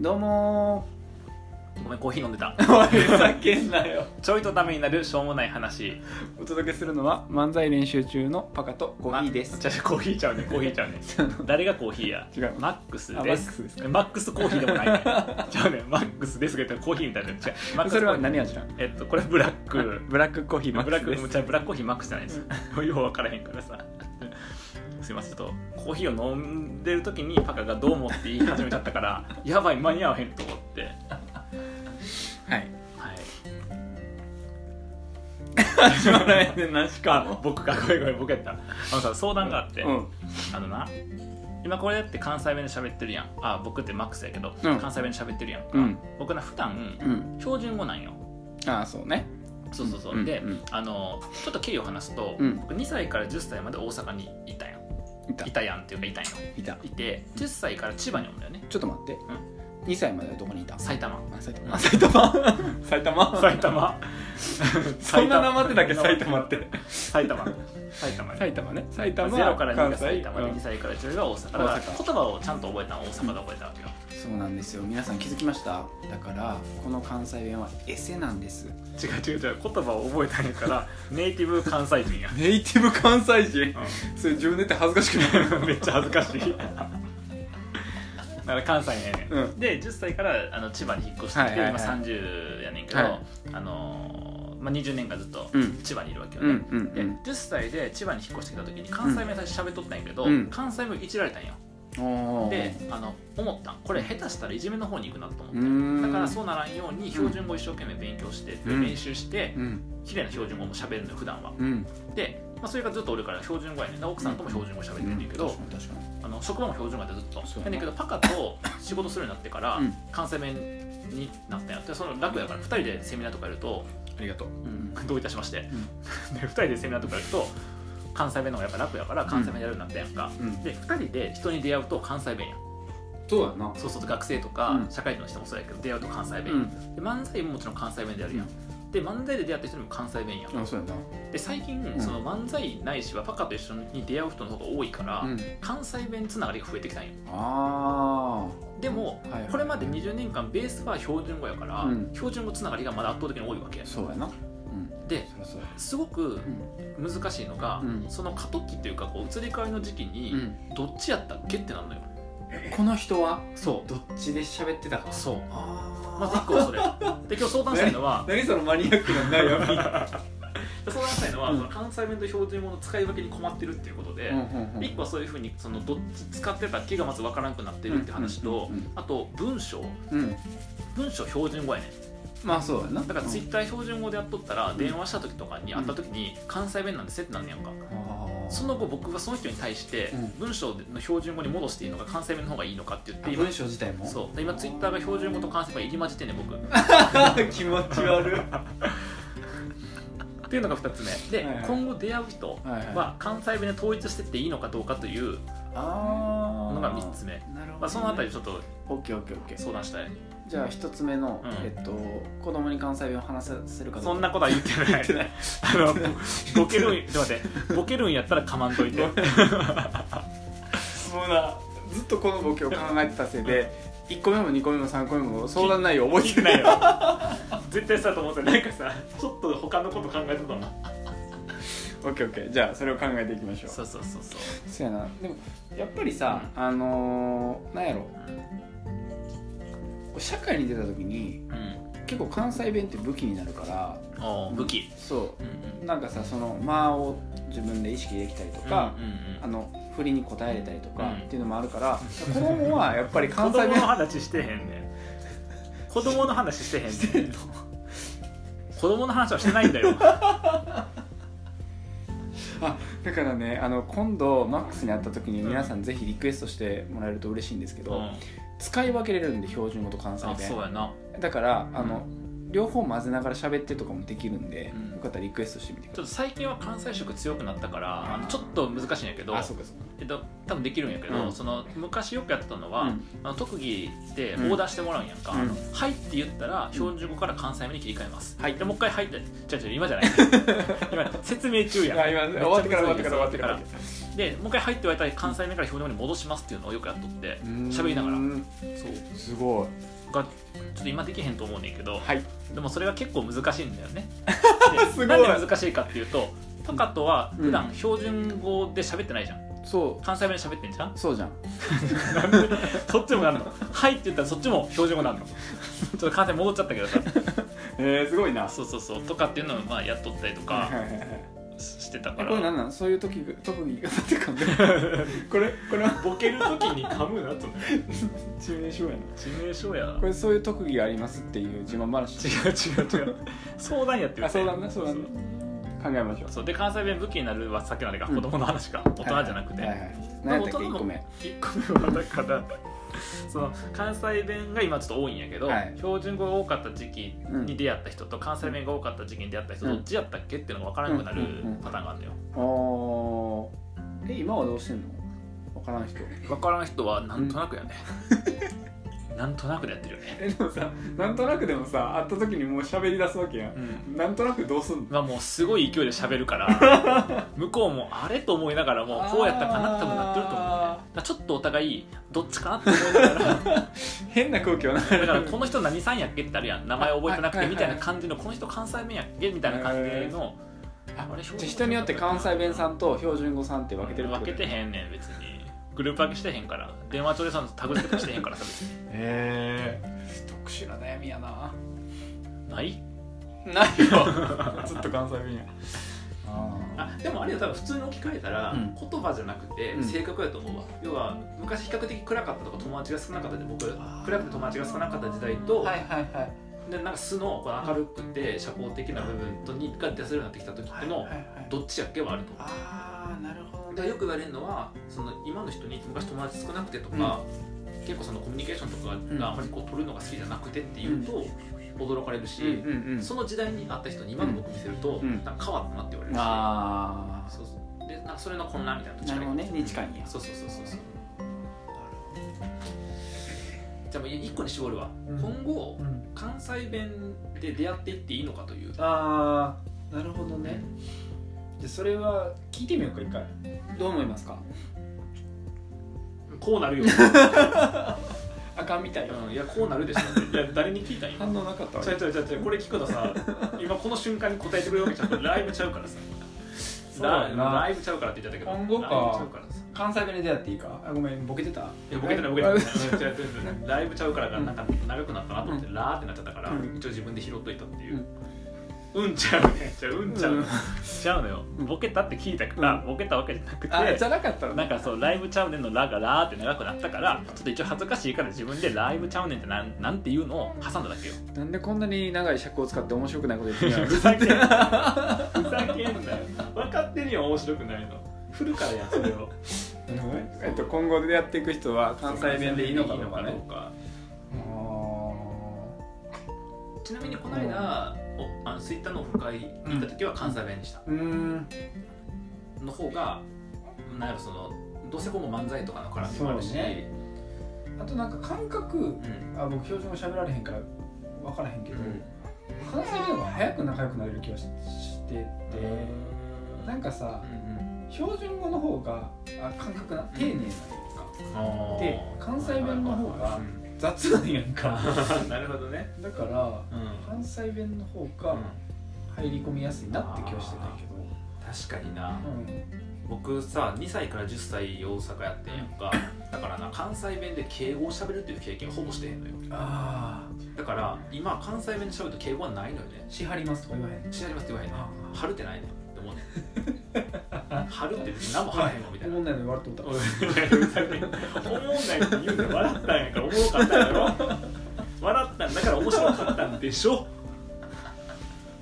どうもごめんコーヒー飲んでたー おいふざけんなよちょいとためになるしょうもない話お届けするのは漫才練習中のパカとコーヒーです、じゃコーヒーちゃうねコーヒー ちゃうね誰がコーヒーや違うマックスであすマックスですかマックスコーヒーでもな いねじゃあねマックスですが言ったらコーヒーみたいな違うマックスそれは何や味なんえっとこれブラックブラックコー ヒーマッブラッククスでもうすじゃあブラックコーヒーマックスじ ゃないです、よう分からへんからさすいませんちょっとコーヒーを飲んでる時にパカが「どうも」って言い始めちゃったから やばい間に合わへんと思ってはいはい始まらへんねんなし かも僕がごめんごめん僕やったあのさ相談があって、うんあのな今これだって関西弁で喋ってるやんあ僕ってマックスやけど、うん関西弁で喋ってるやんか、うん僕な普段うん標準語なんよああそうねそうそうそう、うんで、うんあのちょっと経緯を話すと、うん僕2歳から10歳まで大阪にいたやんいたいたやんっていうかいたんよいたいて10歳から千葉におんだよねちょっと待って、2歳まではどこにいた埼玉あ埼玉埼玉 埼玉埼 玉そんな名前ってだっけ埼玉って埼玉埼玉埼玉ね埼玉0から2が埼玉で関2西歳から10が大阪だ大から阪言葉をちゃんと覚えたのは大阪で覚えたわけようんそうなんですよ皆さん気づきましただからこの関西弁はエセなんです違う違う違う言葉を覚えたんやからネイティブ関西人や、ネイティブ関西人それ自分で言って恥ずかしくないうん めっちゃ恥ずかしいだから関西ね、うんで10歳からあの千葉に引っ越してきて、はいはいはい今30やねんけど、はいあのーまあ、20年間ずっとうん千葉にいるわけようんね、うんうでん10歳で千葉に引っ越してきた時に関西弁最初喋っとったんやけど、うん関西弁いじられたんよおーであの思ったんこれ下手したらいじめの方に行くなと思っうて、ーんだからそうならんように標準語一生懸命勉強して、うん練習してうん綺麗な標準語も喋るのよ普段はうんで、まあ、それがずっと俺から標準語やねんな奥さんとも標準語喋ってんねんけど、確かに確かあの職場も標準語やったずっとそうややねなんけどパカと仕事するようになってからうん関西弁になったんやってその楽やから2人でセミナーとかやるとにありがとううんどういたしまして、で2人でセミナーとかやると関西弁の方がやっぱ楽やから関西弁やるようになったやんか、うんで2人で人に出会うと関西弁やんそうだなそうそう学生とかうん社会人の人もそうやけど出会うと関西う弁、んで漫才ももちろん関西弁でやるやん、で漫才で出会った人にも関西弁やん、あそうやで最近、んその漫才ないしはパカと一緒に出会う人の方が多いから、なうん関西弁つながりが増えてきたんよあでも、はいはいこれまで20年間ベースは標準語やから、うん標準語つながりがまだ圧倒的に多いわけあそうやなうんでそりゃそうやすごく難しいのが、うんその過渡期というかこう移り変わりの時期うに、んどっちやったっけってなるのよこの人はそどっちで喋ってたかうそうあまず1個はそれ で今日相談したいのは何そのマニアックな悩み相談したいのは、うんその関西弁と標準語の使い分けに困ってるっていうことで、うん一個はそういうふうにそのどっち使ってたっけがまず分からなくなってるって話と、うんうんうんうんあと文章うんうん文章標準語やねまあそうやなだからツイッッター標準語でやっとったら、電話した時とかに会った時に関西弁なんですってなんねやんか、ターその後僕はその人に対してうん文章の標準語に戻していいのか関西弁の方がいいのかって言って今文章自体もそうで今ツイッターが標準語と関西弁入り混じってんねん僕っ 気持ち悪いていうのが2つ目で、はいはい今後出会う人はいは関西弁で統一してっていいのかどうかというあのが3つ目、なるほど、まあ、そのあたりちょっとオッケーオッケーオッケー相談したいじゃあ一つ目の、うんえっと子供に関西弁を話させるかどうかそんなことは言ってない言ってない あのボケるんちょっと待ってボケるんやったらかまん といてごめもうなずっとこのボケを考えてたせいで1個目も2個目も3個目も相談内容覚聞えていてなないいよ絶対そうだと思ってなんかさちょっと他のこと考えてたのオッケーオッケーじゃあそれを考えていきましょうそうそうそうそうそうやなでもやっぱりさ、あのー、なんやろ社会に出た時にうん結構関西弁って武器になるからおー武器そうんうなんかさその間を自分で意識できたりとか、うんうんあの振りに応えれたりとかうんっていうのもあるから、子供はやっぱり子関西供の弁話してへんねん子供の話してへんねん子供の話はしてないんだ よあだからねあの今度マックスに会った時に皆さんぜひリクエストしてもらえると嬉しいんですけど、使い分けれるんで標準語と関西あそう弁やなだからあの、両方混ぜながら喋ってとかもできるんで、うんよかったらリクエストしてみてくちょだっと最近は関西色強くなったからあのちょっと難しいんやけどさいあそうかそうかえっと、多分できるんやけど、うんその昔よくやってたのは、うんあの特技でオーダーしてもらうんやんか「うんあのはい」って言ったら標準語から関西弁に切り替えます、はいでもう一 回「はい」って違う違う今じゃない今説明中やんあ今終わってから終わってから終わってからめっちゃでもう一回「はい」って言われたら関西弁から標準語に戻しますっていうのをよくやっとって喋りながらそうらすごいがちょっと今できへんと思うねんけどはいでもそれが結構難しいんだよね すごでいなんで難しいかっていうとパカとは普段標準語で喋ってないじゃんそ関西弁で喋ってんじゃんうそうじゃんなんでそっちもなんの「はい」って言ったらそっちも標準語なんのちょっと関西戻っちゃったけどさえー、すごいなそうそうそうとかっていうのをまあやっとったりとはいかはいはいはいしてたかえらこれなんなんそういう時が特技がなんて感じこれこれは ボケる時に噛むなと思って致命傷やな致命傷やこれそういう特技がありますっていう自慢 話違う違う違う相談やってるあ相談ね相談ね考えましょうそうで関西弁武器になるはさっきのあれがうん子供の話か、大人じゃなくて、はいはい何やったっけ1大人の個目一個目はだからその関西弁が今ちょっと多いんやけど、はい標準語が多かった時期に出会った人と関西弁が多かった時期に出会った人うんどっちやったっけっていうのが分からなくなるうんうんうんパターンがあるんだよおーえ今はどうしてんのわからん人分からん人はなんとなくやね、なんとなくでやってるよね、えでもさなんとなくでもさ会った時にもう喋り出すわけやんうんなんとなくどうすんのまあもうすごい勢いで喋るから 向こうもあれと思いながらもうこうやったかなって多分なってると思うねだからちょっとお互いどっちかなって思いながら 変な空気はなだからこの人何さんやっけってあるやん名前覚えてなくあはいてはいみたいな感じのこの人関西弁やっけみたいな感じのああれじゃあ人によって関西弁さんと標準語さんって分けてるって分ことけてへんねん別にグループ分けしてへんから電話帳でさタグ付けとかしてへんからさ別にへえ特殊な悩みやなないないよ ずっと関西弁やあーあでもあれよ多分普通に置き換えたら、うん言葉じゃなくてうん性格やと思うわ、要は昔比較的暗かったとか友達が少なかったで僕あー暗くて友達が少なかった時代と、はいはいはいでなんか素のこの明るくて社交的な部分とにが出せるようになってきた時とのはいはいはいどっちやっけはあると思うああなるほだからよく言われるのはその今の人に昔友達少なくてとか、結構そのコミュニケーションとかんがあまりこう取るのが好きじゃなくてっていうと驚かれるし、うんうんその時代にあった人に今の僕見せると、うんなんか変わったなって言われうるんし、あそうそうでなんかそれの混乱みたいなあなるほどねに近いんやそうそうそうそうそうじゃあもう一個に絞るわ、うん今後うん関西弁で出会っていっていいのかというああなるほどねじゃあそれは聞いてみようか一回どう思いますかこうなるよあかんみたいようんいやこうなるでしょいや誰に聞いたん今反応なかったわちゃうちゃうちゃうちゃうこれ聞くとさ今この瞬間に答えてくれるわけじゃんライブちゃうからさそうラやなライブちゃうからって言っちゃったけど今後かライブちゃうからさ関西弁で出会っていいかあごめんボケてたいやボケてないボケてない違う違う違うライブちゃうからがなんか長くなったなと思って、ラーってなっちゃったから、うん一応自分で拾っといたっていう、うん、ちゃうねじゃあうんちゃう、うんちゃうのよボケたって聞いたから、ボケたわけじゃなくあじてゃなかったのなんかそうライブちゃうねんのラがラーって長くなったからちょっと一応恥ずかしいから自分でライブちゃうねんってなんなんていうのを挟んだだけよなんでこんなに長い尺を使って面白くないこと言っているやのふざけんなよふざけんなよ分かってるよ面白くないの振るからやそれを えっと今後でやっていく人は 関西弁でいいのかどうかいいのねどうかちなみにこの間、おあのツイッターのオフ会に行った時は関西弁でした、うーんの方がなんやろそのどうせ今後漫才とかの絡みもあるしそうねあとなんか感覚うんあ僕標準語喋られへんから分からへんけど、うん関西弁の方が早く仲良くなれる気はししてて、うんなんかさうん標準語の方があ感覚な丁寧なというか、あーで関西弁の方がうん雑なんやんか なるほどねだからうん関西弁の方が入り込みやすいなって気はしてないけど、確かになうん僕さ2歳から10歳大阪やってんやんかだからな関西弁で敬語を喋るっていう経験ほぼしてへんのよあだから今関西弁で喋ると敬語はないのよねあ支払いますとか言わ「へん知られます」って言わへんねあん「春ってないねん」って思うねん春って何も腹へんわみたいな問題の言われてもおたいおもんないって言うの笑ったんやからおもろかったんやろ笑ったんだから面白かったんでしょ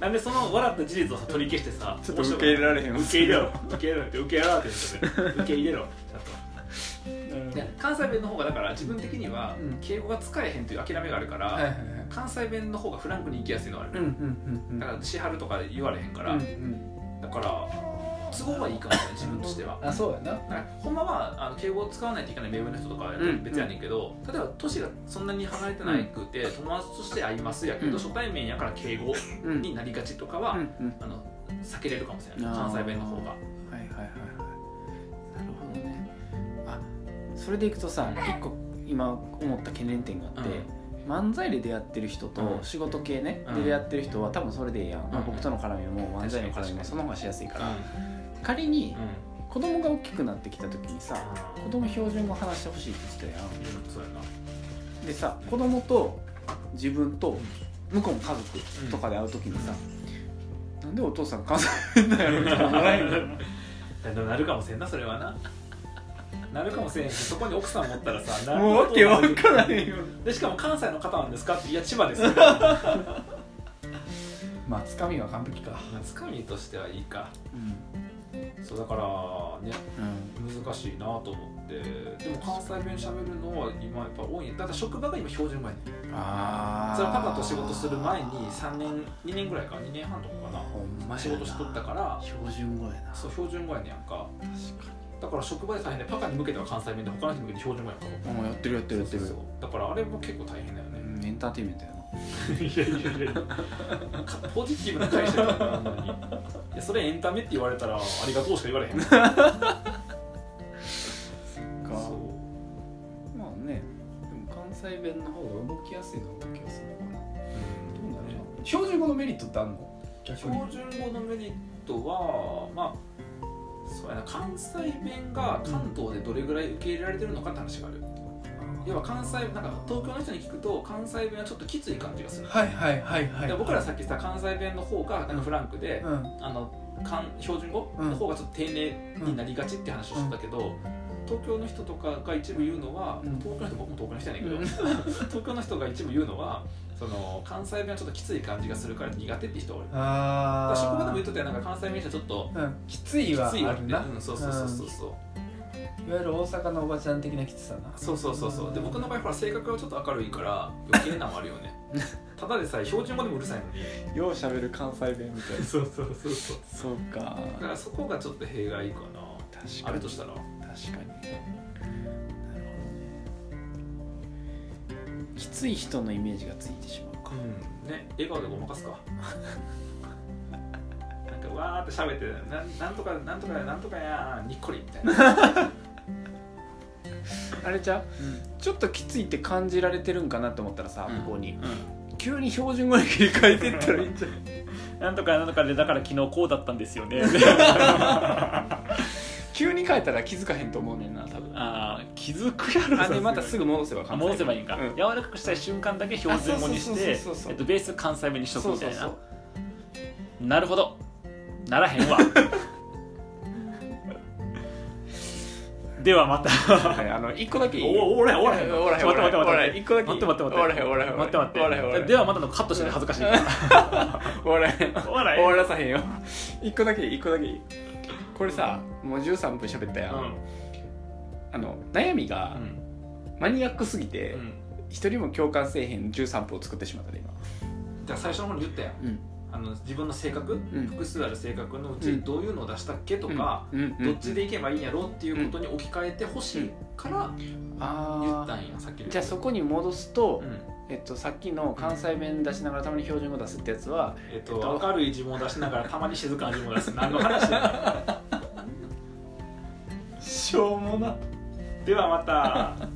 なんでその笑った事実をさ取り消してさられへ受け入れろ受け入れろって受け入れろって言ってた受け入れろちゃんといや関西弁の方がだから自分的にはうん敬語が使えへんという諦めがあるから、はいはいはい関西弁の方がフランクに行きやすいのはあうる、んうんうんだから「しはる」とか言われへんから、うんうんだから都合はいいかもしれない自分としてはあそうやななんかほんまはあの敬語を使わないといけない目上の人とかはうん別やねんけど、例えば年がそんなに離れてないくて、友達として会いますやけど、うん初対面やから敬語うんになりがちとかは、うんうんあの避けれるかもしれないあー関西弁の方がはいはいはいはいなるそれでいくとさ一個今思った懸念点があって、漫才で出会ってる人とうん仕事系ね、うんで出会ってる人は多分それでええやん、まあうん僕との絡みも漫才の絡み確かに確かもにその方がしやすいかうら、ん仮にうん子供が大きくなってきた時にさ子供標準語話してほしいって言ってたやうんそうやなんでさ子供と自分と向こうも家族とかで会う時にさ、なんでお父さん関西弁だよみたいなのもらえんのえでもなるかもせんなそれはななるかもせんしそこに奥さん持った らさなもうわけわからいへんよでしかも関西の方なんですかっていや千葉 ですよまあつかみは完璧かつかみとしてはいいかうん、そうだからね難しいなと思ってでも関西弁喋るのは今やっぱ多いねだって職場が今標準前ねああそれはパパと仕事する前に3年2年ぐらいか2年半とかかなほんまやな仕事しとったから標準語やなそう標準語やねんやんか確かだから職場で大変でパパに向けては関西弁で他の人に向けて標準語やんか僕にもうやってるやってるやってるそうそうそうだからあれも結構大変だよねうんエンターテインメントやないやいやいやポジティブな会社だからあんなにいやそれエンタメって言われたらありがとうしか言われへんそそうまあねでも関西弁の方が動きやすいのは動きやすいのかなう、どううん、なるの標準語のメリットってあるの逆標に準語のメリットはまあそうやな関西弁が関東でどれぐらい受け入れられてるのかって話がある要は関西なんか東京の人に聞くと関西弁はちょっときつい感じがする、はいはいはいはで僕らさっきさ関西弁の方がなんかフランクで、うんあの漢標準語の方がちょっと丁寧になりがちって話をしてたけど、東京の人とかが一部言うのは、うん東京の人僕も東京の人やねんけど、うん 東京の人が一部言うのはその関西弁はちょっときつい感じがするから苦手って人がおるあだからあ職場でも言っとったよなんか関西弁者ちょっとうんきついきはあついわっるて、なうん、そうそうそうそうそういわゆる大阪のおばちゃん的なきつさなそうそうそうそうで僕の場合ほら性格はちょっと明るいから余計なもあるよねただでさえ標準語でもうるさいのにようしゃべる関西弁みたい そうそうそうそうそうかだからそこがちょっと弊害か確なあるとしたら確かになるほどねきつい人のイメージがついてしまうかうんね笑顔でごまかす かなんかわーって喋ってななんとかなんとかやなんとかやにっこりみたいなあれじゃうちょっときついって感じられてるんかなって思ったらさ、うん向こうにん、急に標準語に切り替えてったらいいんじゃないなんとかなんとかでだから昨日こうだったんですよね 急に変えたら気づかへんと思うねんな多分ああ気づくやろあでまたすぐ戻せばあ関西弁戻せばいいんか、うん柔らかくしたい瞬間だけ標準語にしてあそうそうそうそうそうえっとベース関西弁にしとくそうみたいそうなそうなるほどならへ んわではまたはいあの一個だけいいおおらへんおらへんおらへん待って待ってお待らっへんて一個だけ待いいって待って待っておらへんおらへん待って待っておらへんおらへんではまたのカットして恥ずかしいからおらへん おらへ終んわらさへんよ一個だけいい一個だけいいこれさもう13分喋ったやん、あの悩みうがんマニアックすぎうてん一、人も共感せえへん13分を作ってしまったで今じゃあ最初の方に言ったやんうんあの自分の性格、うん複数ある性格のううちんどういうのを出したっけとか、うんうんうんどっちでいけばいいんやろうっていうことに置き換えてほしいから言あったあんやさっきのじゃあそこに戻すと、うんえっと、さっきの関西弁出しながらたまに標準語出すってやつはえっとえっと明るい自分を出しながらたまに静かな自分を出す何の話だよ しょうもなではまた